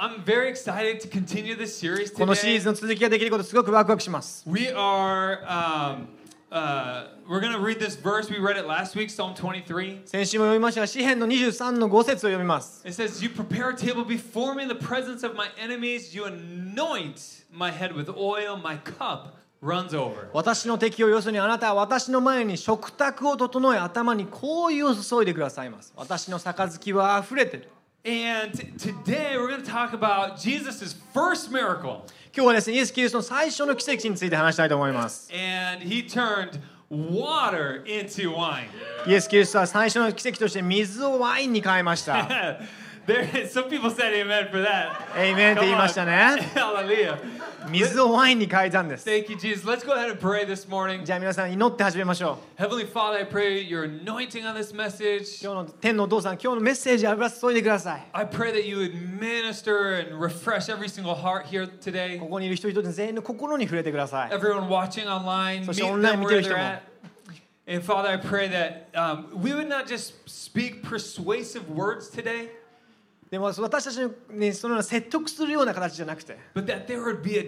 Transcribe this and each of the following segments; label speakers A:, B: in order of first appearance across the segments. A: I'm very excited to continue this series
B: このシリー
A: today.
B: ズの続きができることすごくワクワクします
A: We are um, uh, we're gonna read this verse. We read it last week, Psalm 23.
B: 先週も読みましたが詩篇の23の5節を読みます
A: It says, "You prepare a table before me in the presence of my enemies. You anoint my head with oil. My cup runs over."
B: 私の敵をよそにあなたは私の前に食卓を整え頭に香油を注いでくださいます私の杯は溢れてる
A: And today we're gonna talk about Jesus' first miracle,
B: 今日はですねイエス・キリストの最初の奇跡について話したいと思います
A: and he turned water into wine.
B: イエス・キリストは最初の奇跡として水をワインに変えました
A: there, some people said amen for that.
B: Amen って言いましたね
A: Hallelujah.
B: 水をワインに変えたんです
A: Thank you, Jesus. Let's go ahead and pray this morning.
B: じゃあ皆さん祈って始めましょう
A: Heavenly Father, I pray your anointing on this message.
B: 今日の天のお父さん今日のメッセージ油注いでください
A: I pray that you would minister and refresh every single heart here today.
B: ここにいる人々全員の心に触れてください
A: Everyone watching online, meet
B: そして
A: them
B: オンライン見てる人も。
A: where they're at. And Father, I pray that um, we would not just speak persuasive words today,
B: でも私たちの、ね、そのような説得するような形じゃなくて
A: but that there would be a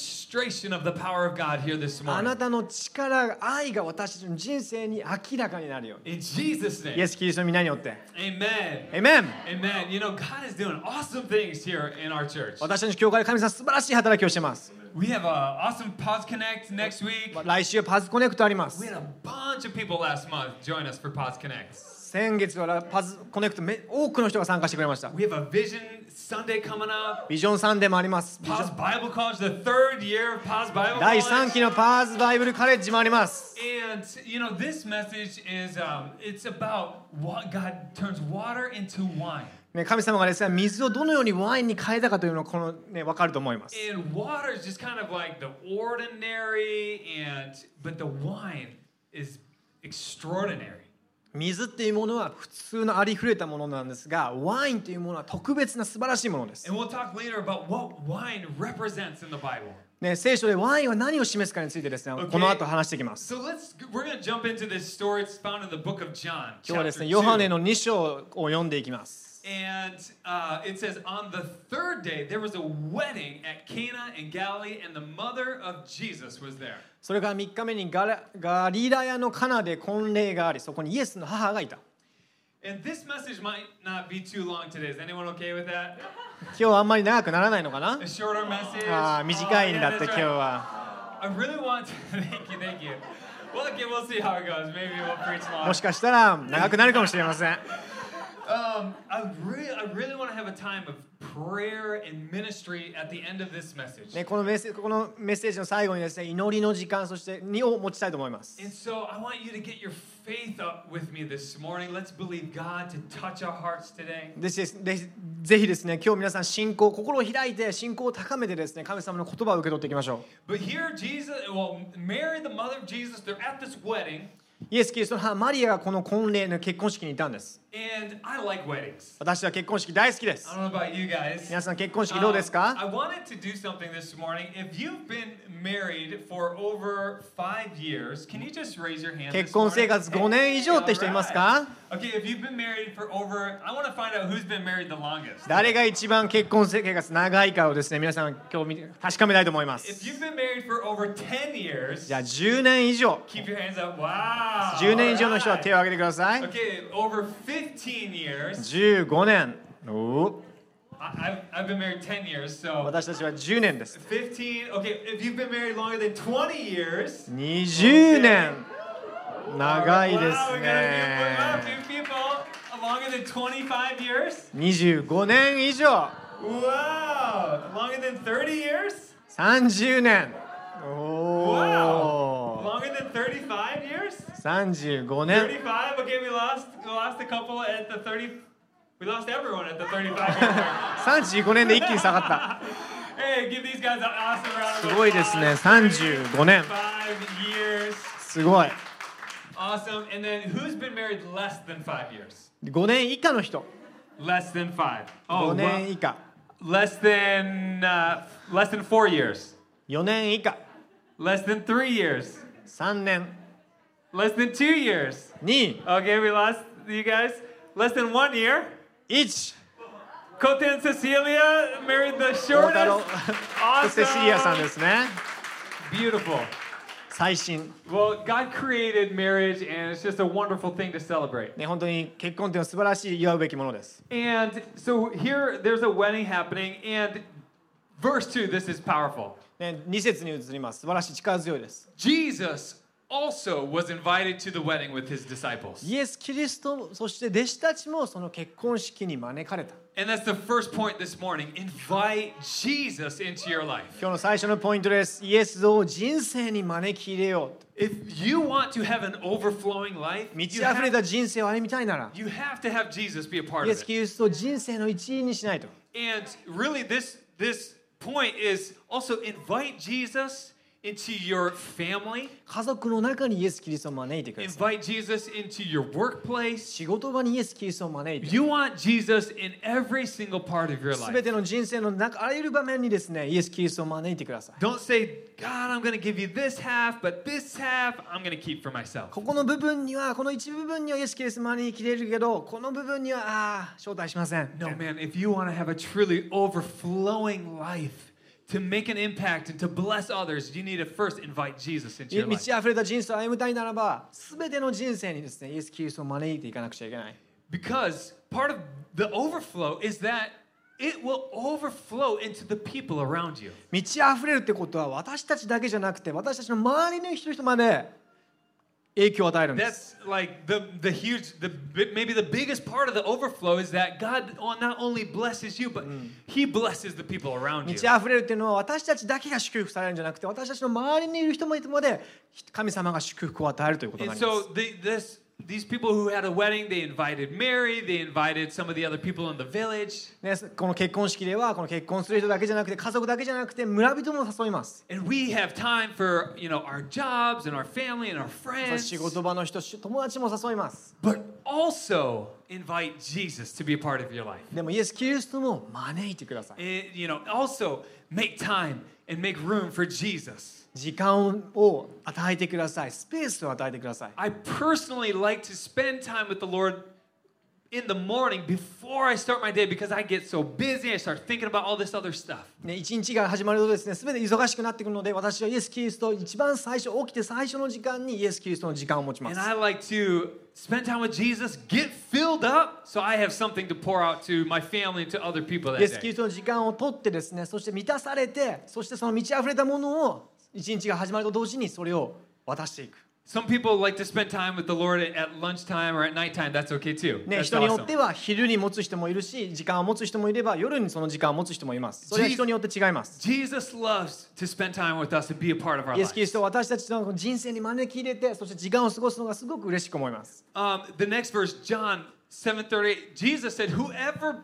A: demonstration of the power of God here this
B: あな
A: morning.
B: たの力愛が私たちの人生に明らかになるように
A: In Jesus'
B: イエ
A: name.
B: ス・キリストの皆によって
A: Amen.
B: Amen
A: Amen. You know, God is doing awesome things here in our church.
B: 私たちの教会で神様素晴らしい働きをしてます
A: We have an awesome Pause Connect next week.
B: 来週パズコネクトありま
A: We
B: す
A: had a bunch of people last month join us for Pause Connect.
B: 先月はパズコネクトめ多くの人が参加してくれました
A: We have a Vision Sunday coming up.
B: ビジョンサンデーもありますビジョ
A: Pause
B: ン
A: Bible College, the third year of Pause Bible
B: 第3
A: College.
B: 期のパーズバイブルカレッジもあります
A: And you know, this message is um, it's about what God turns water into wine.
B: ね、神様がですね水をどのようにワインに変えたかというのをこの、ね、分かると思います。
A: And water is just kind of like the ordinary, and but the wine is extraordinary.
B: 水っていうものは普通のありふれたものなんですがワインというものは特別な素晴らしいものです、
A: And we'll talk later about what wine represents in the Bible.
B: ね、聖書でワインは何を示すかについてですね
A: Okay.
B: この後話していきます
A: So let's we're gonna jump into this story. It's found in the book of John.
B: 今日はですね
A: chapter
B: ヨハネ
A: two.
B: の2章を読んでいきます
A: And uh, it says, on the third day there was a wedding at Cana in Galilee, and the mother of Jesus was there.
B: それから3日目にガラガリラヤのカナで婚礼がありそこにイエスの母がいた
A: And this message might not be too long today. Is anyone okay with that?
B: 今日はあんまり長くならないのかな
A: A shorter message.
B: あ
A: Oh,
B: ー短いん
A: yeah,
B: だって
A: that's right.
B: 今日は
A: I really want to. thank you, thank you. Well, okay, we'll see how it goes. Maybe we'll preach long.
B: もしかしたら長くなるかもしれません
A: Um, I really, I really want to have a time of prayer and ministry at the end of this message.
B: ね、このメッセこのメッセージの最後にですね祈りの時間そして2を持ちたいと思います
A: And so I want you to get your faith up with me this morning. Let's believe God to touch our hearts today.
B: でぜひぜひぜひですね今日皆さん信仰心を開いて信仰を高めてですね神様の言葉を受け取っていきましょ
A: But here, Jesus, well, Mary, the mother of Jesus, they're at this wedding,
B: うイエス・キリストの母マリアがこの婚礼の結婚式にいたんです
A: and I like weddings.
B: 私は結婚式大好きです
A: I don't know about you guys.
B: 皆さん結婚式
A: Um,
B: どうですか
A: I wanted to do something this morning. If you've been married for over five years, can you just raise your hand?
B: 結
A: this
B: 婚
A: morning?
B: 生活5年以上って人います
A: Alright.
B: か
A: Okay, if you've been married for over, I want to find out who's been married the longest.
B: 誰が一番結婚生活長いかをですね皆さん今日見て確かめたいと思いま
A: If
B: す
A: you've been married for over 10 years,
B: じゃあ10年以上
A: keep your hands up. Wow.
B: 10年以上の人は手を
A: Alright.
B: 挙げてください
A: Okay, over 15 years.
B: 15年おー
A: I, I've, I've been married 10 years, so
B: 私たちは10年です
A: 15. Okay, if you've been married longer than 20 years.
B: 20年長いで
A: Wow,
B: す
A: we got a few,
B: ね
A: wow, two people longer than 25 years.
B: 25年以上
A: Wow, longer than 30 years.
B: 30年お
A: Wow,
B: お
A: longer than 35 years.
B: 35年
A: 35. Okay, we lost. We lost a couple at the 30. We lost everyone at the 35 year mark.
B: 35年で一気に下がった
A: Hey, give these guys an awesome round of
B: すごいですね
A: applause.
B: 35年
A: Five years.
B: すごい
A: Awesome. And then who's been married less than five years?
B: 5年以下の人
A: Less than five.
B: 5
A: Oh,
B: 年
A: well,
B: 以下
A: less than uh, less than four years.
B: 4年以下
A: Less than three years.
B: 3年
A: Less than two years.
B: 2
A: Okay, we lost you guys. Less than one year.
B: 1
A: Kote and Cecilia married the
B: 孝太
A: shortest.
B: 郎そしてシリアさんですね
A: Beautiful.
B: 最新
A: Well, God created marriage, and it's just a wonderful thing to celebrate.
B: ね本当に結婚っていうのは素晴らしい祝うべきものです
A: And so here, there's a wedding happening, and verse 2, this is powerful.
B: ね、2節に移ります素晴らしい力強いです
A: Jesus also was invited to the wedding with his disciples.
B: イエス・キリストそして弟子たちもその結婚式に招かれた
A: And that's the first point this morning. Invite Jesus into your life.
B: 今日の最初のポイントですイエスを人生に招き入れよ
A: If you want to have an overflowing life,
B: う満
A: you
B: ち溢れ
A: have,
B: た人生を歩みたいなら
A: you have to have Jesus be a part
B: イエ
A: of
B: ス・
A: it.
B: キリストを人生の一員にしないと
A: And really, this, this point is also invite Jesus into your family,
B: 家族の中にイエス・キリストを招いてください
A: invite Jesus into your workplace.
B: 仕事場にイエス・キリストを招いて
A: You want Jesus in every single part of your
B: すべ
A: life.
B: ての人生の中あらゆる場面にですねイエス・キリストを招いてください
A: Don't say, God, I'm going to give you this half, but this half I'm going to keep for myself.
B: ここの部分にはこの一部分にはイエス・キリストを招き入れるけどこの部分にはああ招待しません
A: No, man, if you want to have a truly overflowing life to make an impact and to bless others, you need to first invite Jesus into
B: 満
A: your
B: ち
A: life.
B: 溢れた人生を歩みたいならば、すべての人生にですね、イエス・キリストを招いていかなくちゃいけない。
A: Because part of the overflow is that it will overflow into the people around you.
B: 満ち溢れるってことは、私たちだけじゃなくて、私たちの周りの人々まで影響を与えるんです。
A: That's like the the huge the bi- maybe the biggest part of the overflow is that God o- not only blesses you but he blesses the people around
B: 満
A: you.
B: ち溢れるっていうのは、私たちだけが祝福されるんじゃなくて、私たちの周りにいる人々まで神様が祝福を与えるということに
A: And
B: なりま
A: so
B: す。
A: the, this these people who had a wedding, they invited Mary, they invited some of the other people in the village.
B: ね、この結婚式では、この結婚する人だけじゃなくて、家族だけじゃなくて、村人も誘います。
A: And we have time for, you know, our jobs and our family and our
B: そして
A: friends.
B: 仕事場の人、友達も誘います。
A: But also invite Jesus to be a part of your life.
B: でも、イエス・キリストも招いてください。
A: It- you know, also make time and make room for Jesus.
B: 時間を与えてくださいスペースを与えてください
A: I personally like to spend time with the Lord in the morning before I start my day because I get so busy. I start thinking about all this other stuff.
B: ね、一日が始まるとですね全て忙しくなってくるので私はイエス・キリストを一番最初起きて最初の時間にイエス・キリストの時間を持ちま
A: And
B: す
A: I like to spend time with Jesus, get filled up, so I have something to pour out to my family and to other people
B: イエス・
A: that
B: キリ
A: day.
B: ストの時間を取ってですねそして満たされてそしてその満ち溢れたものを一日が始まると同時にそれを渡していく、
A: Some people like to spend time with the Lord at- at lunchtime or at nighttime. That's okay too.
B: ね、
A: That's
B: 人によって
A: awesome.
B: は昼に持つ人もいるし時間を持つ人もいれば夜にその時間を持つ人もいますそれは人によって違います
A: Jesus loves to spend time with us and be a part of our
B: イエス・キリ
A: life.
B: ストは私たちの人生に招き入れてそして時間を過ごすのがすごく嬉しく思います
A: Um, the next verse, John 7:38, Jesus said, "Whoever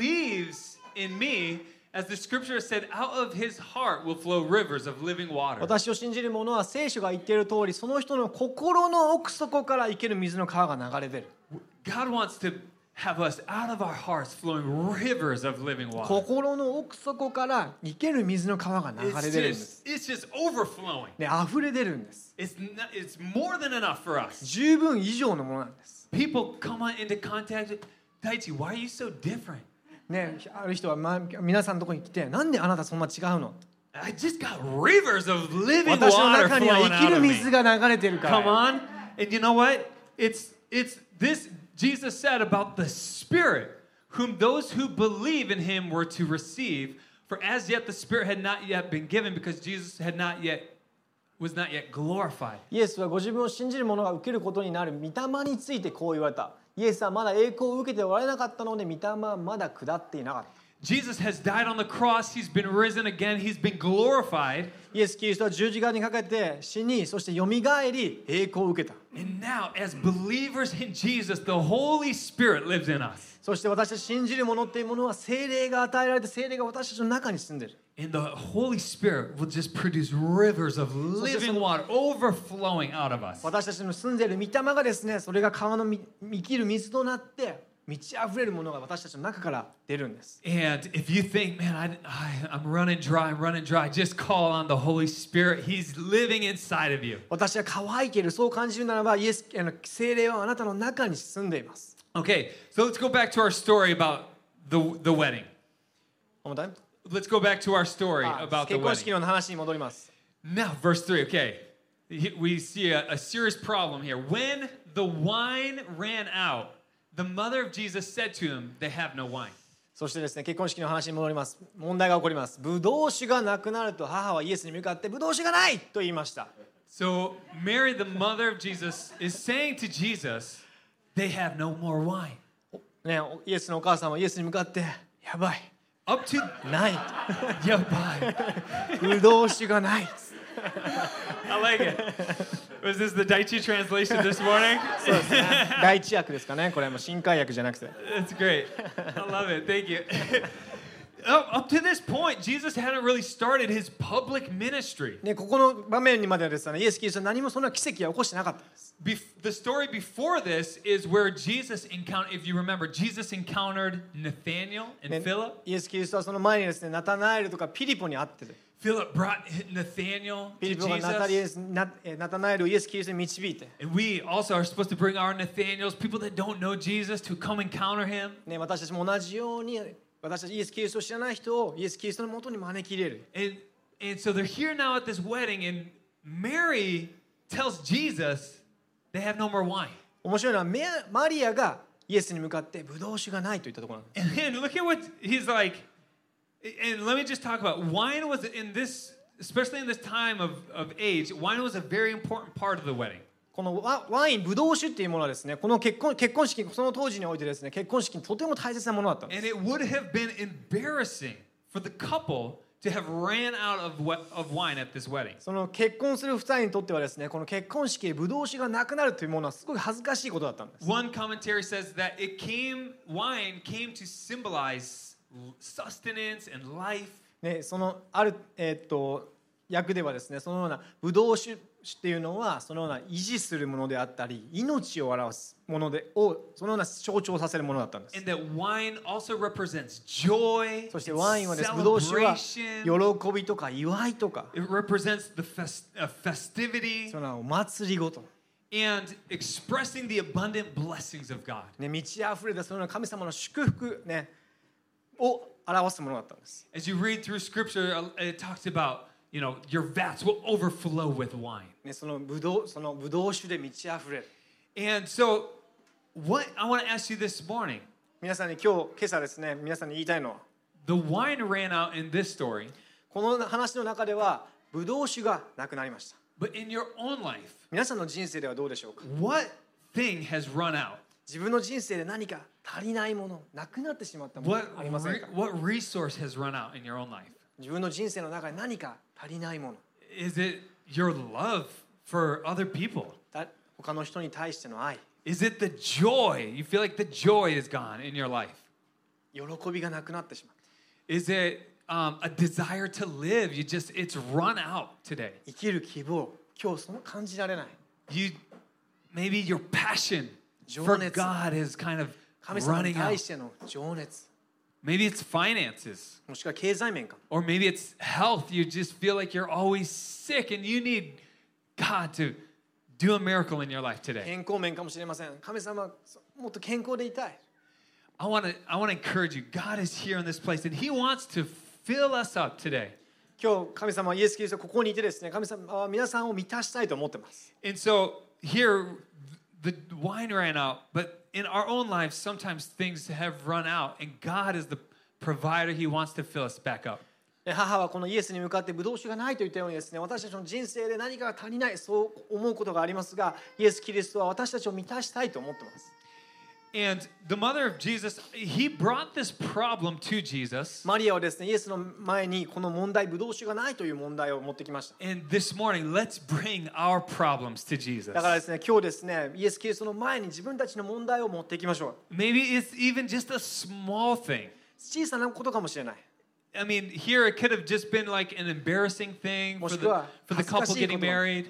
A: believes in me, as the scripture said, out of his heart will flow rivers of living water."
B: 私を信じる者は聖書が言っている通りその人の心の奥底から生ける水の川が流れ出る
A: God wants to have us out of our hearts flowing rivers of living water.
B: 心の奥底から生ける水の川が流
A: It's
B: れ出るんです
A: just, it's just overflowing.
B: で溢れ出るんです
A: It's not, it's more than enough for us.
B: 十分以上のものなんです
A: People come on into contact. Daichi, why are you so different?
B: ねある人は、ま、皆さんのとこに来てなんであなたそんな違うの
A: I just got rivers of living
B: 私の
A: water
B: 中には
A: flowing
B: 生き
A: out
B: る
A: of me.
B: 水が流れてるから
A: Come on. And you know what? It's it's this Jesus said about the Spirit, whom those who believe in him were to receive, for as yet the Spirit had not yet been given because Jesus had not yet was not yet glorified.
B: イエスはご自分を信じる者が受けることになる御霊についてこう言われたイエスはまだ栄光を受けておられなかったので御霊はまだ下っていなかった
A: Jesus has died on the cross, he's been risen again, he's been glorified,
B: イエス・キリストは十字架にかけて死にそしてよみがえり栄光を受けた
A: and now as believers in Jesus, the Holy Spirit lives in us.
B: そして私たち信じる者っていうものは精霊が与えられて精霊が私たちの中に住んでる
A: And the Holy Spirit will just produce rivers of living water overflowing out of us.
B: 私たちの住んでいる御霊がですねそれが川のみ生きる水となって満ち溢れるものが私たちの中から出るんです
A: And if you think, man, I, I, I'm running dry, I'm running dry, just call on the Holy Spirit. He's living inside of you.
B: 私は乾いているそう感じるならばイエスあの精霊はあなたの中に住んでいます
A: Okay, so let's go back to our story about the, the wedding.
B: 重たい
A: Let's go back to our story
B: あ
A: about the
B: 結婚
A: wedding.
B: 式の話に戻ります
A: Now, verse 3, okay. He- We see a, a serious problem here. When the wine ran out, the mother of Jesus said to him, They have no wine.
B: そしてですね結婚式の話に戻ります問題が起こりますブドウ酒がなくなると母はイエスに向かってブドウ酒がないと言いました
A: So, Mary, the mother of Jesus, is saying to Jesus, They have no more wine.
B: ねおイエスのお母さんはイエスに向かってやばい
A: Up to
B: ない
A: yeah, bye.
B: ブドウ酒がない
A: I like it. Was this the Daichi translation this morning?
B: 第一役ですかねこれはもう新海薬じゃなくて
A: That's great. I love it. Thank you. up, up to this point, Jesus hadn't really started his public ministry.
B: ねここの場面にまではですねイエス・キリストは何もそんな奇跡は起こしてなかったんです
A: Bef- the story before this is where Jesus encountered, if you remember, Jesus encountered Nathaniel and
B: ね
A: Philip.
B: イエス・キリストはその前にですねナタナエルとかピリポに会ってて
A: Philip brought Nathaniel to
B: ピリポがナタリエ
A: Jesus.
B: スナえナタナエルをイエス・キリストに導いて、
A: And we also are supposed to bring our Nathaniels, people that don't know Jesus, to come encounter him.
B: ね、私たちも同じように私たちイエス・キリストを知らない人をイエス・キリストのもとに招き入れる
A: And and so they're here now at this wedding, and Mary tells Jesus they have no more wine.
B: 面白いのはメアマリアがイエスに向かってブドウ酒がないと言ったところなんです
A: And, then look at what he's like. And let me just talk about wine was in this, especially in this time of, of age, wine was a very important part of the wedding.
B: このワワインブドウ酒っていうものはですねこの結婚結婚式その当時においてですね結婚式にとても大切なものだったんです
A: And it would have been embarrassing for the couple to have ran out of, we- of wine at this wedding.
B: その結婚する夫妻にとってはですねこの結婚式でブドウ酒がなくなるというものはすごい恥ずかしいことだったんです
A: One commentary says that it came, wine came to symbolize sustenance and life.
B: ね、そのある、えーっと訳ではですねそのようなブドウ酒っていうのはそのような維持するものであったり命を表すものでをそのような象徴させるものだったんです
A: And that wine also represents joy,
B: そして
A: and
B: ワインはですブドウ酒は喜びとか祝いとか
A: It represents the fest- uh, festivity
B: そのようなお祭りごと、
A: and expressing the abundant blessings of God.
B: ね、満ち溢れたそのような神様の祝福、ね、を表すものだったんです
A: As you read through Scripture, uh, it talks about you know your vats will overflow with wine.
B: ね、そのブドウそのブドウ酒で満ち溢れる
A: And so, what I want to ask you this morning:
B: 皆さんに今日今朝ですね皆さんに言いたいのは
A: the wine ran out in this story,
B: この話の中ではブドウ酒がなくなりました
A: but in your own life,
B: 皆さんの人生ではどうでしょうか
A: what thing has run out?
B: 自分の人生で何か足りないものなくなってしまったもの
A: What
B: ありません
A: re-
B: か
A: what resource has run out in your own life?
B: 自分の人生の中で何か足りないもの
A: Is it your love for other people?
B: た他の人に対しての愛
A: Is it the joy? You feel like the joy is gone in your life.
B: 喜びがなくなってしまった
A: Is it um, a desire to live? You just, it's run out today.
B: 生きる希望今日その感じられない
A: You, maybe your passion for
B: 情熱。
A: God is kind of
B: 神様
A: running
B: に対し
A: out.
B: ての情熱
A: Maybe it's finances,
B: もしくは経済面かも
A: or maybe it's health. You just feel like you're always sick and you need God to do a miracle in your life today.
B: 健康面かもしれません神様そもっと健康でいたい
A: I want to, I want to encourage you. God is here in this place and He wants to fill us up today.
B: 今日神様はイエス・キリストここにいてですね神様は皆さんを満たしたいと思ってます
A: And so here, the wine ran out, but in our own lives, sometimes things have run out, and God is the provider. He wants to fill us back up.
B: で母はこのイエスに向かってブドウ酒がないと言ったようにですね私たちの人生で何かが足りないそう思うことがありますがイエス・キリストは私たちを満たしたいと思ってます。
A: And the mother of Jesus, he brought this problem to Jesus.
B: マリアはですねイエスの前にこの問題ブドウ酒がないという問題を持ってきました。
A: And this morning, let's bring our problems to
B: だからで
A: Jesus.
B: すね今日ですねイエス・キリストの前に自分たちの問題を持っていきましょう。
A: Maybe it's even just a small thing.
B: 小さなことかもしれない。
A: I mean, here it could have just been like an embarrassing thing for the,
B: もしくは、
A: for the couple
B: 恥ずかしいこ
A: getting
B: と。
A: married.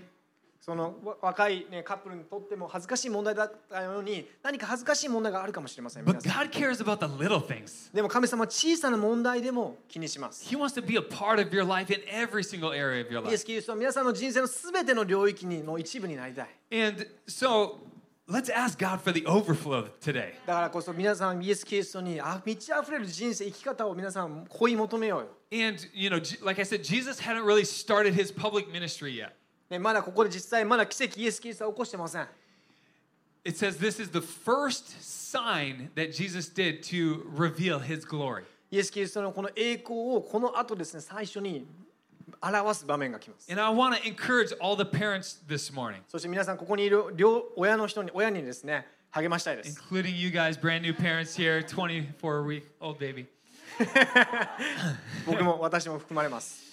B: そのわ若い、ね、カップルにとっても恥ずかしい問題だったように何か恥ずかしい問題があるかもしれません。皆
A: But
B: さん
A: God cares about the little things.
B: でも神様は小さな問題でも気にします。
A: He wants to be a part of your life in every single area of your
B: イエ
A: life.
B: ス・キリストは皆さんの人生のすべての領域にの一部になりたい。
A: And so Let's ask God for the overflow today.
B: だからこそ皆さんイエス・キリストにあ満ち溢れる人生生き方を皆さん追い求めようよ、
A: And, you know, J- like I said, Jesus hadn't really started his public ministry yet.
B: ね、まだここで実際まだ奇跡イエス・キリストは起こしてません
A: It says this is the first sign that Jesus did to reveal his glory.
B: イエス・キリストのこの栄光をこの後ですね最初に表す場面が来ます
A: And I want to encourage all the parents this morning,
B: そして皆さんここにいる両親の人に親にですね励ましたいです
A: including you guys, brand new parents here, 24 week old baby.
B: 僕も私も含まれます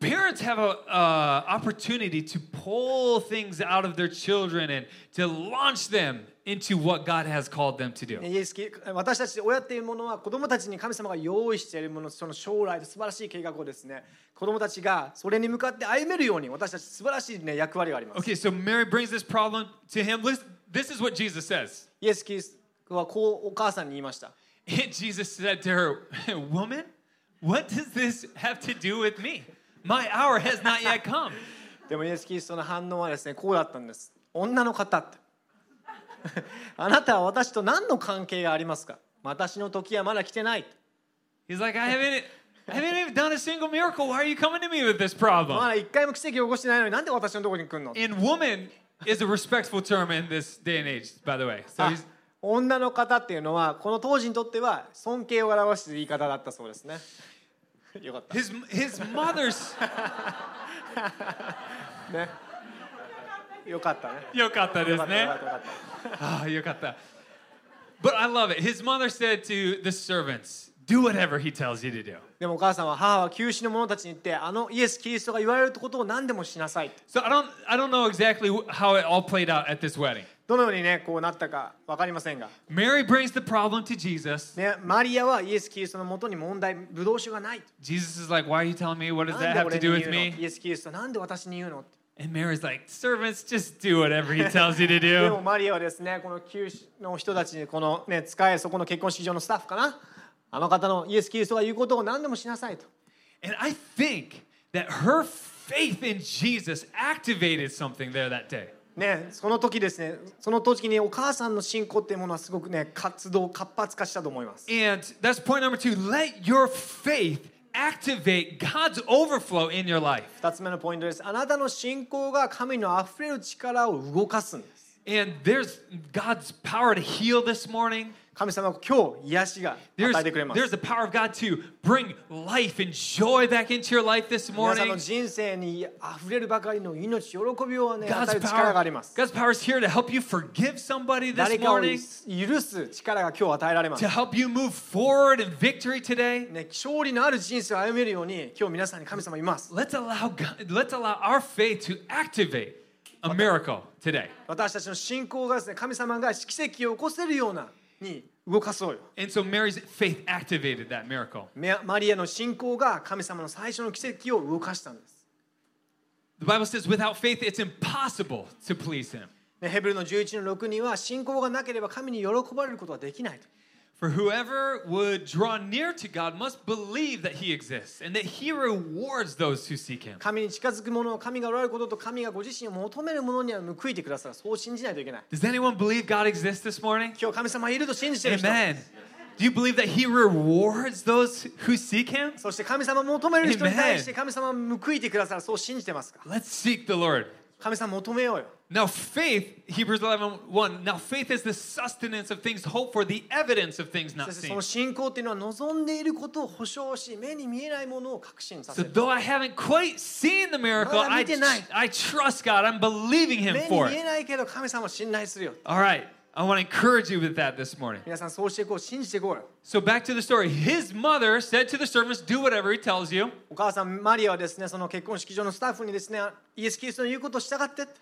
A: Parents have an opportunity to pull things out of their children and to launch them into what God has called them to do.
B: イエスキ私たち親っていうものは子供たちに神様が用意しているものその将来と素晴らしい計画をですね子供たちがそれに向かって歩めるように私たち素晴らしい、ね、役割があります、
A: Okay, so Mary brings this problem to him. Listen, this is what Jesus says.
B: イエスキリストはこうお母さんに言いました
A: And Jesus said to her, Woman, what does this have to do with me? My hour has not yet come.
B: でもイエスキリストの反応はですねこうだったんです女の方って あなたは私と何の関係がありますか私の時はまだ来てない
A: He's like, I haven't, I haven't even done a single miracle. Why are you coming to me with this
B: ま
A: problem?
B: だ一回も奇跡を起こしてないのになんで私のところに来るの
A: And woman is a respectful term in this day and age, by the way. So
B: あ
A: he's,
B: 女の方っていうのはこの当時にとっては尊敬を表す言い方だったそうですね よかった
A: his, his mother's.
B: ねよかったねよかったよか
A: よかったです
B: ったよかった
A: ね。ああ、よかった。But I love it. His mother said to the servants, Do whatever he tells you to do.
B: でもお母さんは母は旧死の者たちに言ってあのイエス・キリストが言われることを何でもしなさい
A: So I don't, I don't know exactly wh- how it all played out at this wedding.
B: どのようにねこうなったか分かりませんが
A: Mary brings the problem to Jesus.
B: ね、マリアはイエス・キリストのもとに問題、ブドウ酒がない。
A: Jesus is like, Why are you telling me? What does that
B: なんで
A: have
B: 俺
A: to
B: に
A: do
B: 言う
A: with
B: の
A: me?
B: イエス・キリスト、なんで私に言うの
A: And Mary's like, Servants, just do whatever he tells you to
B: でも
A: do.
B: マリアはですね、この旧の人たちに、このね、使え、そこの結婚式場のスタッフかな。あの方のイエス・キリストが言うことを何でもしなさいと。
A: And I think that her faith in Jesus activated something there that day.
B: ね、その時ですね、その時にお母さんの信仰っていうものはすごくね、活動、活発化したと思います。
A: And that's point number two. Let your faith activate God's overflow in your life.
B: 2つ目のポイントです。あなたの信仰が神のあふれる力を動かすんです。
A: And there's God's power to heal this morning.
B: 神様は今日、癒しが与
A: There's,
B: えてくれます。
A: there's the power of God to bring life and joy back into your life this
B: 皆さんの
A: morning.
B: 人生にあふれるばかりの命、喜びをね、与
A: God's
B: える力があり
A: power,
B: ます。
A: God's power is here to help you forgive somebody this
B: 誰かを許
A: morning,
B: す力が今日与えられます
A: to。help you move forward in victory today.
B: ね、勝利のある人生を歩めるように、今日皆さんに神様います。
A: Let's allow God, let's allow our faith to activate a miracle today.
B: 私たちの信仰がですね、神様が奇跡を起こせるようなに動かそうよ。
A: And so Mary's faith activated that miracle.
B: メアマリアの信仰が神様の最初の奇跡を動かしたんです。
A: The Bible says, without faith, it's impossible to please him.
B: ね、ヘブルの11の6には、信仰がなければ神に喜ばれることはできないと。
A: For whoever would draw near to God must believe that he exists and that he rewards those who seek him.
B: 神に近づくもの、神がおられることと神がご自身を求めるものには報いてくださる。そう信じないといけない。
A: Does anyone believe God exists this morning?
B: 今日神様いると信じてる人
A: Amen. Do you believe that he rewards those who seek him?
B: そして神様を求める人に
A: Amen
B: 対して神様は報いてくださるそう信じてますか
A: Let's seek the Lord.
B: 神様求めようよ
A: Now, faith, Hebrews 11 now faith is the sustenance of things hoped for, the evidence of things
B: そ
A: not
B: してそ
A: seen.
B: の信仰っていうのは望んでいることを保証し目に見えないものを確信さ
A: So,
B: せる
A: though I haven't quite seen the miracle, I,
B: まだ見てない。
A: I trust God. I'm believing
B: 目
A: Him
B: に
A: for
B: 見え
A: it.
B: ないけど神様を信頼するよ
A: All right. I want to encourage you with that this morning.
B: 皆さんそうしていこう信じていこうよ
A: So back to the story. His mother said to the servants, "Do whatever he tells you."
B: お母さんマリアはですねその結婚式場のスタッフにですねイエス・キリストの言うことを従ってって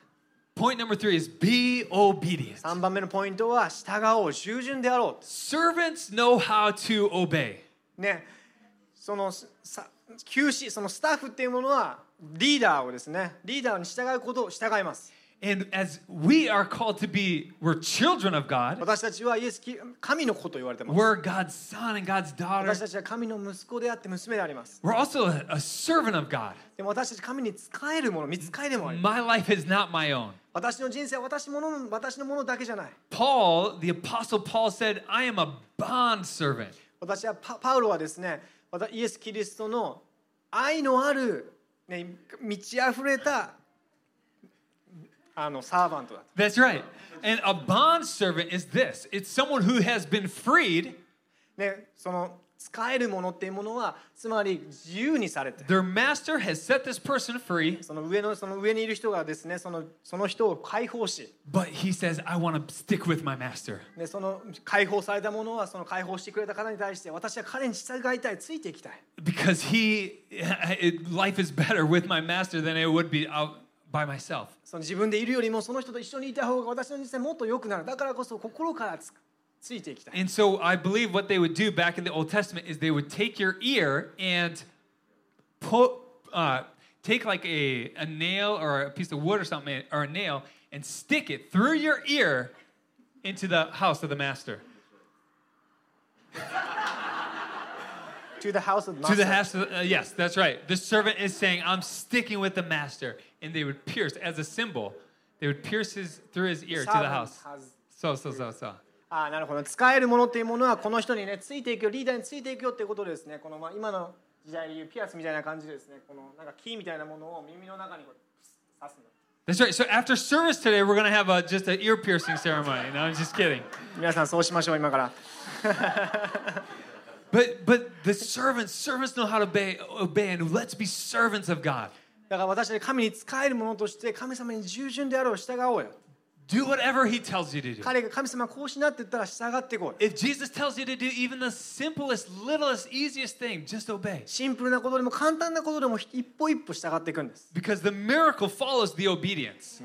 A: Point number three is be obedient.
B: 3番目のポイントは従おう従順であろ
A: Servants know how to obey.
B: うねそのさ休止そのスタッフっていうものはリーダーをですねリーダーに従うことを従います
A: And as we are called to be, we're children of God.
B: 私たちはイエスキ神の子と言われてます
A: We're God's son and God's
B: 私
A: daughter.
B: たちは神の息子であって娘であります
A: We're also a, a servant of God.
B: でも私たち神に仕えるもの見仕えでもあります
A: My life is not my own.
B: 私の人生は私もの私のものだけじゃない
A: Paul, the apostle Paul said, I am a bond servant.
B: 私はパパウロはですねまたイエス・キリストの愛のある、ね、満ち溢れたあのサーバントだと
A: That's right. And a bond servant is this. It's someone who has been freed.
B: ね、その使えるものっていうものはつまり自由にされて
A: Their master has set this person free,
B: その上のその上にいる人がですねそのその人を解放し
A: but he says, I want to stick with my master.
B: でその解放されたものはその解放してくれた方に対して私は彼に従いたいついていきたい
A: Because he, it, life is better with my master than it would be out by myself.
B: その自分でいるよりもその人と一緒にいた方が私の人生もっと良くなるだからこそ心からつついていきたい
A: And so I believe what they would do back in the Old Testament is they would take your ear and put, uh, take like a, a nail or a piece of wood or something, or a nail, and stick it through your ear into the house of the master.
B: To the house of
A: To the
B: master.
A: house, of, uh, yes, that's right. The servant is saying, "I'm sticking with the master," and they would pierce as a symbol. They would pierce his through his ear to the
B: Servant
A: house.
B: has-
A: So, so, so, so.
B: ああなるほど使えるものっていうものはこの人にねついていくよリーダーについていくよっていうことですねこの、まあ、今の時代でいうピアスみたいな感じでですねこのなんかキーみたいなものを耳の中にこう刺すの
A: That's right. So after service today, we're gonna have a, just an ear piercing ceremony. No, I'm just kidding.
B: 皆さんそうしましょう今から
A: But but the servants, servants know how to obey, obey, and let's be servants of God.
B: だから私たち神に使えるものとして神様に従順であろう従おうよ
A: Do whatever He tells you to do.
B: 彼が神様はこうしなって言ったら従っていこうよ
A: If Jesus tells you to do even the simplest, littlest, easiest thing, just obey.
B: シンプルなことでも簡単なことでも一歩一歩従っていくんです
A: Because the miracle follows the obedience.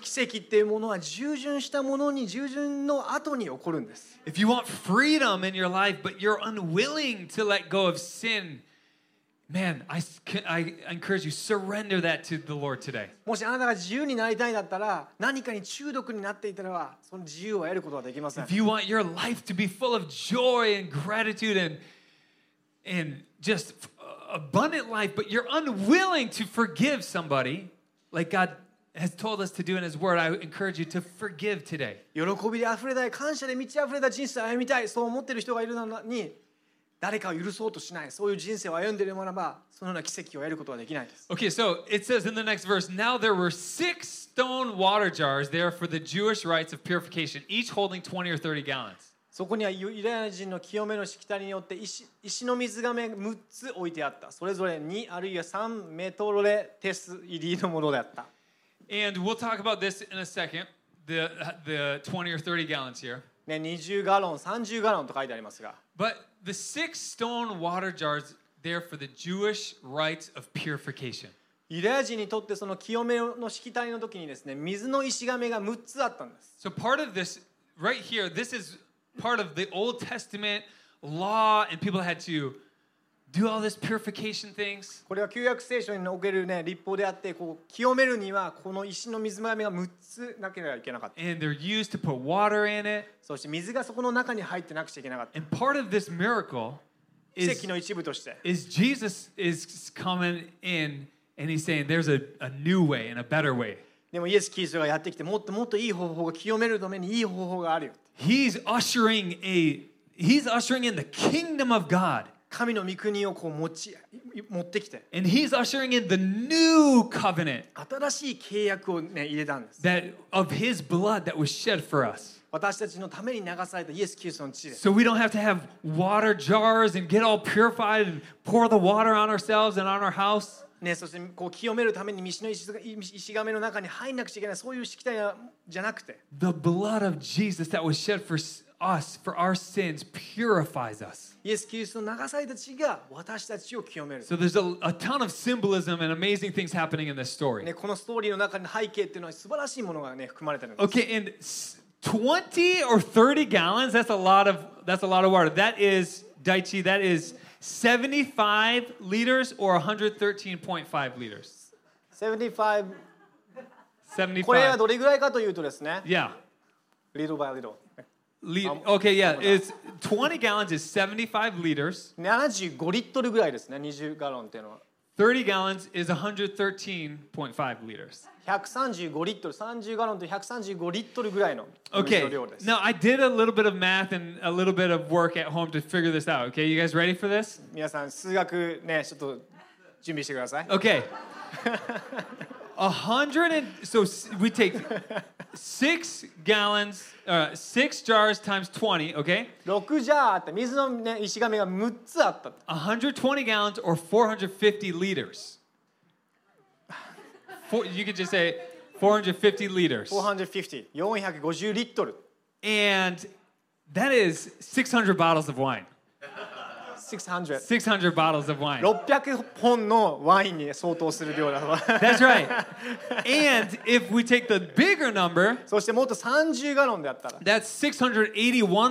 B: 奇跡っていうものは従順したものに従順の後に起こるんです
A: If you want freedom in your life, but you're unwilling to let go of sin, man, I, s- can- I encourage you, surrender that to the Lord today.
B: もしあなたが自由になりたいんだったら何かに中毒になっていたらその自由を得ることはできません
A: If you want your life to be full of joy and gratitude and, and just f- uh, abundant life, but you're unwilling to forgive somebody like God has told us to do in His Word, I encourage you to forgive today.
B: 喜びであふれたい感謝で満ち溢れた人生を歩みたいそう思っている人がいるのに誰かを許そうとしないそういう人生を歩んでいるならばそのような奇跡を得ることはできないです
A: Okay, so it says in the next verse, now there were six stone water jars there for the Jewish rites of purification, each holding 20 or 30 gallons.
B: そこにはユダヤ人の清めのしきたりによって石石の水がめ6つ置いてあったそれぞれ2あるいは3メトロレテス入りのものであった
A: And we'll talk about this in a second, the, uh, the 20 or 30 gallons here.
B: ね、20ガロン30ガロンと書いてありますが
A: But the six stone water jars there for the Jewish rites of purification.
B: ユダヤ人にとってその清めのしきたりの時にですね水の石亀が6つあったんです
A: So part of this, right here, this is part of the Old Testament law, and people had to do all this purification things.
B: これは旧約聖書におけるね立法であってこう清めるにはこの石の水亀が6つなければいけなかった
A: And they're used to put water in it.
B: そして水がそこの中に入ってなくちゃいけなかった
A: And part of this miracle
B: 奇
A: is,
B: 跡の一部として
A: is Jesus is coming in and he's saying there's a, a new way and a better way.
B: でもイエス・キリストがやってきてもっともっといい方法が清めるためにいい方法があるよ
A: He's ushering a he's ushering in the kingdom of God.
B: 神の御国をこう持ち持ってきて
A: And he's ushering in the new covenant
B: 新しい契約をね入れたんです
A: that of his blood that was shed for us.
B: 私たちのために流されたイエス・キリストの血で
A: So we don't have to have water jars and get all purified and pour the water on ourselves and on our house.
B: ね、そしてこう清めるために道の石が石亀の中に入んなくちゃいけないそういうしきたりじゃなくて
A: The blood of Jesus that was shed for s- us for our sins purifies us.
B: イエス・キリストの流された血が私たちを清める、
A: So there's a, a ton of symbolism and amazing things happening in this
B: ね、
A: story.
B: このストーリーの中の背景っていうのは素晴らしいものがね含まれてるんです、
A: Okay, and s- 20 or 30 gallons, that's a lot of that's a lot of water. That is Daichi, that is 75 liters or 113.5 liters.
B: 75これは
A: 75.
B: どれぐらいかというとですね、
A: Yeah.
B: little by little。
A: Lit-
B: Um,
A: okay, yeah. It's 20 gallons is 75 liters.
B: 75リットルぐらいですね、20ガロンっていうのは。
A: 30 gallons is 113.5 liters.
B: 135リットル、30ガロンって135リットルぐらいの水
A: Okay.
B: の量です。
A: Now I did a little bit of math and a little bit of work at home to figure this out. Okay, you guys ready for this?
B: 皆さん、数学ね、ちょっと準備してください。
A: Okay. A hundred and so s- we take six gallons, uh, six jars times 20. Okay,
B: 6ジャーあって、水の、ね、石亀が6つあった。
A: 120 gallons or 450 liters. Four, you could just say 450 liters,
B: 450、450リットル。
A: and that is 600 bottles of wine.
B: 600。
A: 600 bottles of wine.
B: 600本のワインに相当する量だわ
A: That's right. and if we take the bigger number,
B: そしてもっと30ガロンであったら
A: that's 681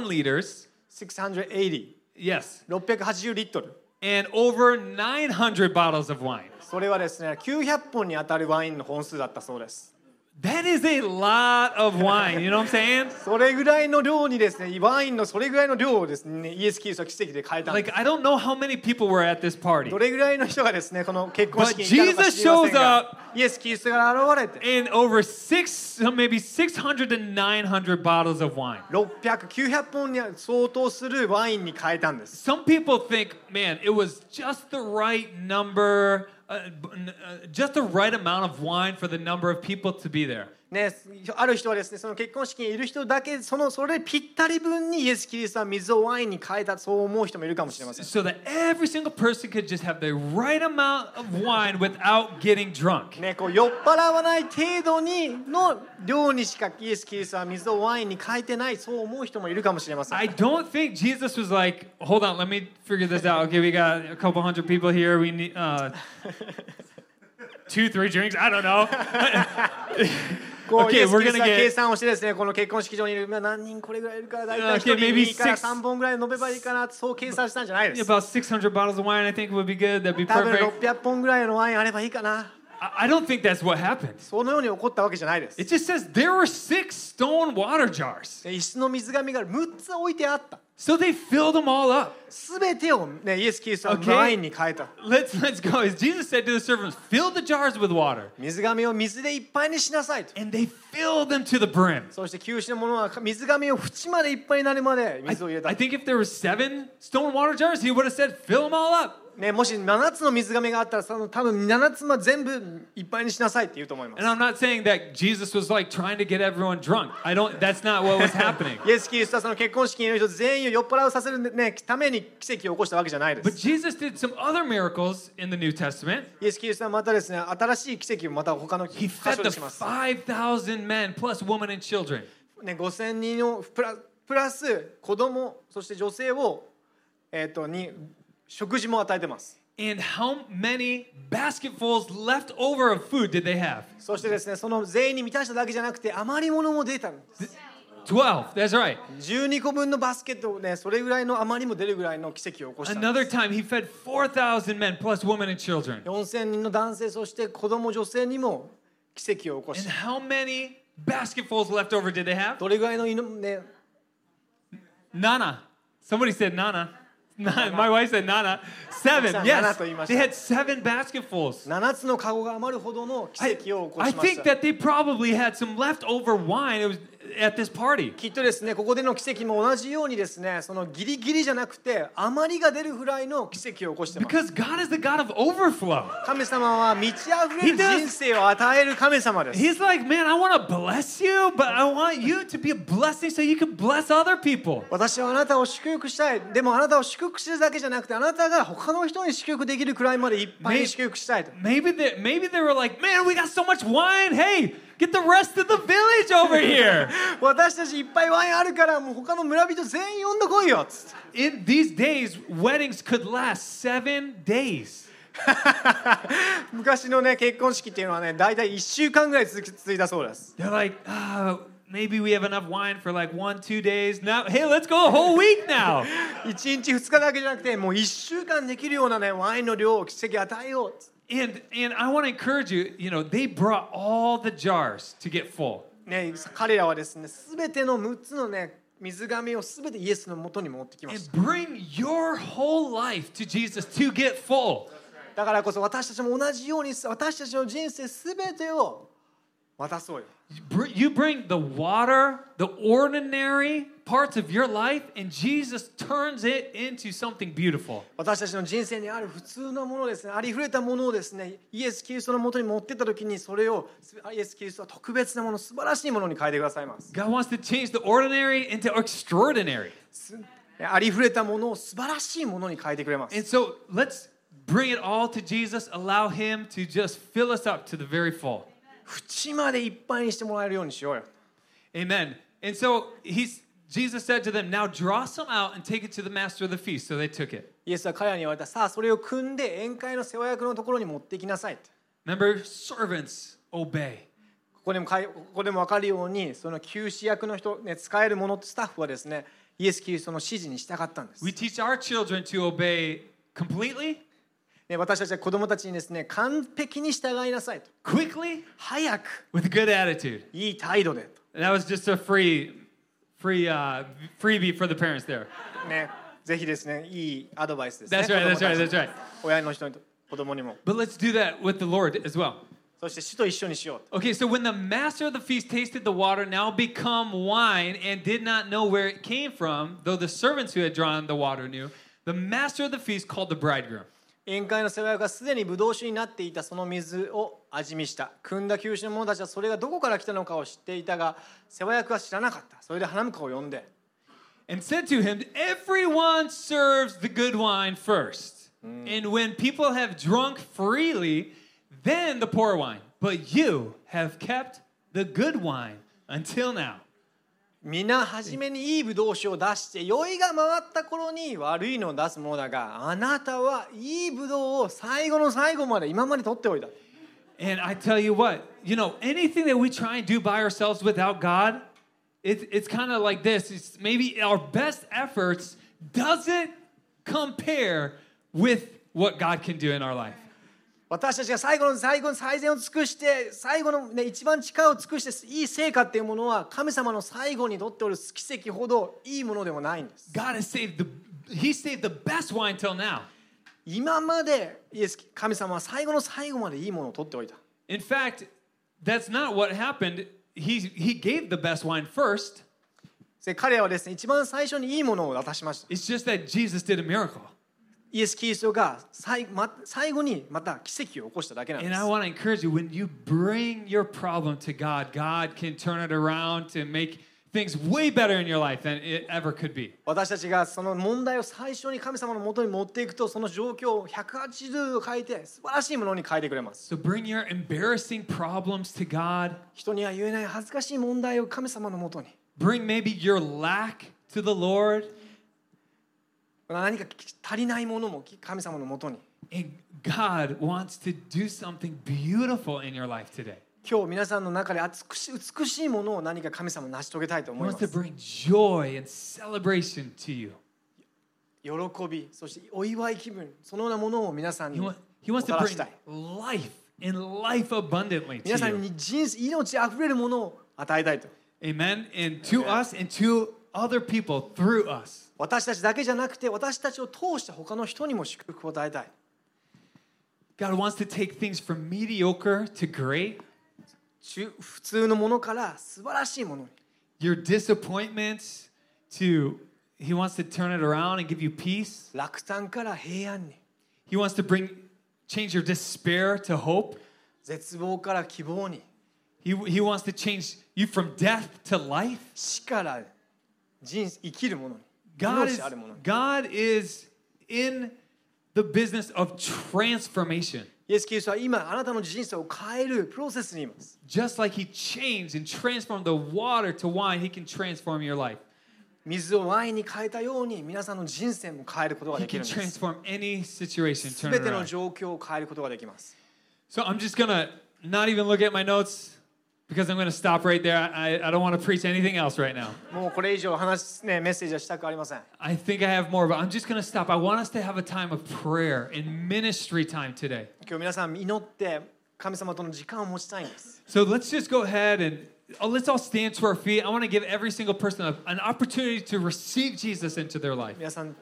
A: liters.
B: 680
A: Yes.
B: 680リットル
A: And over 900 bottles of wine.
B: それはですね900本に当たるワインの本数だったそうです
A: That is a lot of wine. You know what I'm saying?
B: それぐらいの量にですねワインのそれぐらいの量をですねイエス・キリストは奇跡で変えたんです
A: Like, I don't know how many people were at this party.
B: どれぐらいの人がですねこの結婚式にいたのか
A: But
B: 知りません
A: Jesus
B: がイエス・キリストが現れて
A: And over six, maybe 600 to 900 bottles of wine.
B: 600900本に相当するワインに変えたんです
A: Some people think, man, it was just the right number, uh, b- n- uh, just the right amount of wine for the number of people to be there.
B: ね、ある人はですねその結婚式にいる人だけそのそれぴったり分にイエス・キリストは水をワインに変えたそう思う人もいるかもしれません
A: so that every single person could just have the right amount of wine without getting drunk.
B: ね、こう酔っ払わない程度にの量にしかイエス・キリストは水をワインに変えてないそう思う人もいるかもしれません
A: I don't think Jesus was like, hold on, let me figure this out. Okay, we got a couple hundred people here. We need uh, two, three drinks. I don't know.
B: こう
A: Okay,
B: イエス・キリス
A: we're
B: ト
A: gonna
B: は
A: get-
B: 計算をしてですねこの結婚式場にいるまあ何人これぐらいいるから大体
A: Okay,
B: 一人
A: maybe
B: 2から
A: six-
B: 3本ぐらい飲めばいいかなそう計算したんじゃないです
A: About 600 bottles of wine, I think would be good. That'd be
B: 多分
A: perfect.
B: 600本ぐらいのワインあればいいかな
A: I I don't think that's what happened.
B: そのように起こったわけじゃないです
A: It just says there were six stone water jars.
B: で石の水紙が6つ置いてあった
A: So they filled them all up.
B: すべてを、ね、イエス・キリストは
A: Okay.
B: ワインに変えた
A: Let's let's go. As Jesus said to the servants, fill the jars with water.
B: 水紙を水でいっぱいにしなさいと
A: And they filled them to the brim.
B: そして旧死の者は水紙を縁までいっぱいになるまで
A: I,
B: 水を入れた
A: I、think if there were seven stone water jars, he would have said, fill them all up.
B: ね、もし7つの水紙があったらその多分7つは全部いっぱいにしなさいって言うと思いま
A: And I'm not saying that Jesus was like trying to get everyone drunk. I don't, that's not what was happening.
B: すイエス・キリストはその結婚式にいる人全員を酔っ払うさせる、ね、ために奇跡を起こしたわけじゃないで
A: But
B: す
A: Jesus did some other miracles in the New Testament.
B: イエス・キリストはまたですね新しい奇跡をまた他の
A: He
B: 箇
A: fed the
B: 所でします、
A: 5,000 men plus women and children.
B: ね、5000人のプラプラス子供そして女性を、えー、とに食事も与えてます
A: And how many basketfuls left over of food did they have?
B: そしてですねその全員に満たしただけじゃなくて余り物も出たんです
A: 12. That's right.
B: 12個分のバスケットをねそれぐらいの余りも出るぐらいの奇跡を起こしたんで
A: Another
B: す
A: time, he fed 4,000 men plus women and children.
B: 4000人の男性そして子供女性にも奇跡を起こ
A: And
B: し
A: how many basketfuls left over did they have?
B: どれぐらいの犬ね
A: Nana. Somebody said Nana. Nana. My wife said Nana. Seven.
B: Nana
A: Yes.
B: と言いました。
A: They had seven basketfuls.
B: 7つのカゴが余るほどの奇
A: I,
B: 跡を起こ
A: I
B: しまし
A: think
B: た
A: that they probably had some leftover wine it was at this party.
B: きっとですねここでの奇跡も同じようにですねそのギリギリじゃなくて余りが出るぐらいの奇跡を起こしてます
A: Because God is the God of overflow.
B: 神様は満ち溢れる
A: He does.
B: 人生を与える神様です
A: He's like, man, I want to bless you, but I want you to be a blessing so you can bless other people.
B: 私はあなたを祝福したいでもあなたを祝福するだけじゃなくてあなたが他の人に祝福できるくらいまでいっぱいに祝福したいと
A: Maybe they, maybe they were like, man, we got so much wine. Hey, get the rest of the village over here.
B: 私たちいっぱいワインあるからもう他の村人全員呼んでこいよつって
A: In these days, weddings could last seven days.
B: 昔のね結婚式っていうのはね大体1週間ぐらい続き続いたそうです
A: They're like, ah, maybe we have enough wine for like one, two days. Now, hey, let's go a whole week now.
B: 1日2日だけじゃなくてもう1週間できるようなねワインの量を奇跡与えようつって
A: And and I want to encourage you, you know, they brought all the jars to get full.
B: ね、彼らはですね全ての6つのね水がめを全てイエスのもとに持ってきま
A: And
B: した
A: bring your whole life to Jesus to get full.
B: だからこそ私たちも同じように私たちの人生全てを渡そうよ
A: You br- You bring the water, the ordinary parts of your life, and Jesus turns it into something beautiful.
B: 私たちの人生にある普通のものですねありふれたものをですねイエス・キリストのもとに持ってった時にそれをすイエス・キリストは特別なもの素晴らしいものに変えてくださいます
A: God wants to change the ordinary into extraordinary.
B: すありふれたものを素晴らしいものに変えてくれます
A: And so let's bring it all to Jesus. Allow Him to just fill us up to the very full.
B: 縁までいっぱいにしてもらえるようにしようよ
A: Amen. And so he's Jesus said to them, "Now draw some out and take it to the master of the feast." So they took it.
B: イエスは彼らに言われたさあそれを組んで宴会の世話役のところに持ってきなさいって
A: Remember, servants obey.
B: ここでもかいここでも分かるようにその給仕役の人、ね、使えるものスタッフはですねイエス・キリストの指示に従ったんです
A: We、teach our children to obey completely,
B: ね、私たちは子供たちにですね完璧に従いなさいと
A: quickly,
B: 早く
A: with a good attitude.
B: いい態度で
A: And that was just a free, free uh, freebie for the parents there.
B: とねぜひですねいいアドバイスですね
A: That's right.
B: 子供
A: That's
B: た
A: right.
B: ち
A: That's right.
B: 親の人にと子供にも
A: But let's do that with the Lord as well.
B: そして主と一緒にしよう
A: Okay, so when the master of the feast tasted the water, now become wine, and did not know where it came from, though the servants who had drawn the water knew, the master of the feast called the bridegroom.
B: 宴会の世話役がすでにブドウ酒になっていたその水を味見した汲んだ球種の者たちはそれがどこから来たのかを知っていたが世話役は知らなかったそれで花婿を呼んで
A: and said to him, Everyone serves the good wine first. And when people have drunk freely, then the poor wine. But you have kept the good wine until now.
B: 皆初めにいいブドウ酒を出して酔いが回った頃に悪いのを出すものだがあなたはいいブドウを最後の最後まで今まで取っておいた
A: And I tell you what, you know, anything that we try and do by ourselves without God, it, it's kind of like this. It's maybe our best efforts doesn't compare with what God can do in our life.
B: 私たちが最後の最後の最善を尽くして最後の、ね、一番力を尽くしていい成果っていうものは神様の最後にとっておる奇跡ほどいいものでもないんです
A: God has saved the He saved the best wine till now.
B: 今までイエス神様は最後の最後までいいものを取っておいた
A: In fact, that's not what happened. He, he gave the best wine first.
B: で彼らはですね一番最初にいいものを渡しました
A: It's just that Jesus did a miracle.
B: イエス・キリストが最,、ま、最後にまた奇跡を起こしただけなんで
A: And
B: す
A: I want to encourage you when you bring your problem to God, God can turn it around to make things way better in your life than it ever could be.
B: 私たちがその問題を最初に神様のもとに持っていくとその状況を180度変えて素晴らしいものに変えてくれます
A: So bring your embarrassing problems to God.
B: 人には言えない恥ずかしい問題を神様のもとに
A: Bring maybe your lack to the Lord.
B: 何か足りないものも神様のもとに
A: And God wants to do something beautiful in your life today.
B: 今日皆さんの中で美し美しいものを何か神様成し遂げたいと
A: He
B: 思いま
A: wants to
B: す
A: bring joy and celebration to you.
B: 喜びそしてお祝い気分そのようなものを皆さん
A: He,
B: に
A: wa-
B: も
A: he wants
B: た
A: to
B: ら
A: bring
B: したい
A: life and life abundantly
B: 皆さ
A: to
B: ん
A: you.
B: に人生命あふれるものを与えたいと
A: Amen. And to us and to other people through us.
B: 私たちだけじゃなくて私たちを通して他の人にも祝福を与えたい
A: God wants to take things from mediocre to great,
B: 中普通のものから素晴らしいものに
A: your disappointments to, He wants to turn it around and give you peace.
B: 落胆から平安に
A: He wants to bring, change your despair to hope.
B: 絶望から希望に
A: He, he wants to change you from death to life.
B: 死から人生生きるものに
A: God is,
B: 命あるものに
A: God is in the business of transformation.
B: イエス・キリストは今あなたの人生を変えるプロセスにいます
A: Just like he changed and transformed the water to wine, he can transform your life.
B: 水をワインに変えたように皆さんの人生も変えることが
A: He
B: でき
A: can
B: るんです
A: transform any situation, turn
B: 全
A: it
B: ての
A: around.
B: 状況を変えることができます
A: So I'm just gonna not even look at my notes. because I'm going to stop right there. I, I don't want to preach anything else right now.
B: もうこれ以上話す、ね、メッセージはしたくありません
A: I think I have more, but I'm just going to stop. I want us to have a time of prayer and ministry time today.
B: 今日皆さん祈って神様との時間を持ちたいんです
A: So let's just go ahead and oh, let's all stand to our feet. I want to give every single person a- an opportunity to receive Jesus into their life.
B: 皆さん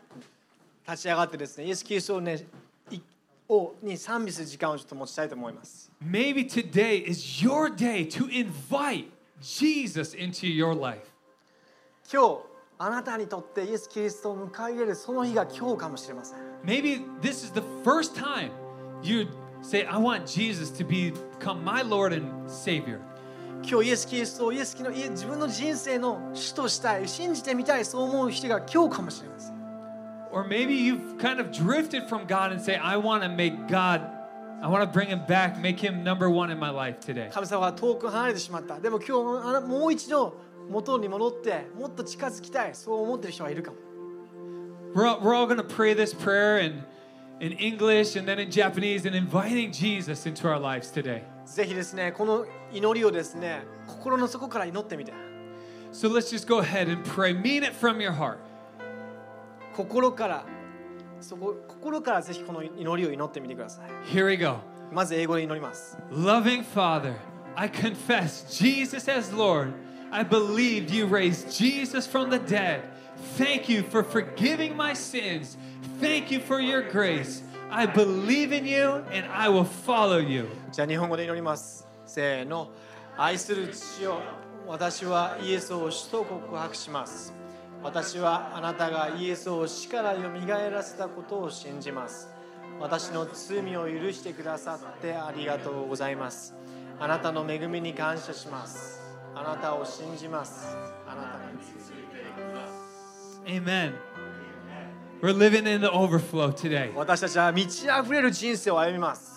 B: 立ち上がってですねイエス・キリストをねいをに賛美する時間をちょっと持ちたいと思います
A: Maybe today is your day to invite Jesus into your life.
B: 今日あなたにとってイエス・キリストを迎え入れるその日が今日かもしれません
A: Maybe this is the first time you say, I want Jesus to become my Lord and Savior.
B: 今日イエス・キリストをイエスキのイエ自分の人生の主としたい信じてみたいそう思う人が今日かもしれません
A: Or maybe you've kind of drifted from God and say, I want to make God, I want to bring him back, make him number one in my life today.
B: 神様は遠く離れてしまったでも今日あなもう一度元に戻ってもっと近づきたいそう思ってる人がいるかも
A: We're all, we're all going to pray this prayer in, in English and then in Japanese and inviting Jesus into our lives today.
B: ぜひですねこの祈りをですね心の底から祈ってみて
A: So let's just go ahead and pray. Mean it from your heart.
B: 心からそこ心からぜひこの祈りを祈ってみてください
A: Here we go.
B: まず英語で祈ります
A: Loving Father, I confess Jesus as Lord. I believe you raised Jesus from the dead. Thank you for forgiving my sins. Thank you for your grace. I believe in you and I will follow you.
B: じゃあ日本語で祈りますせーの愛する父よ私はイエスを主と告白します私はあなたがイエスを死からよみがえらせたことを信じます私の罪を許してくださってありがとうございますあなたの恵みに感謝しますあなたを信じますあなたについて
A: Amen. We're living in the overflow today.
B: 私たちは満ち溢れる人生を歩みます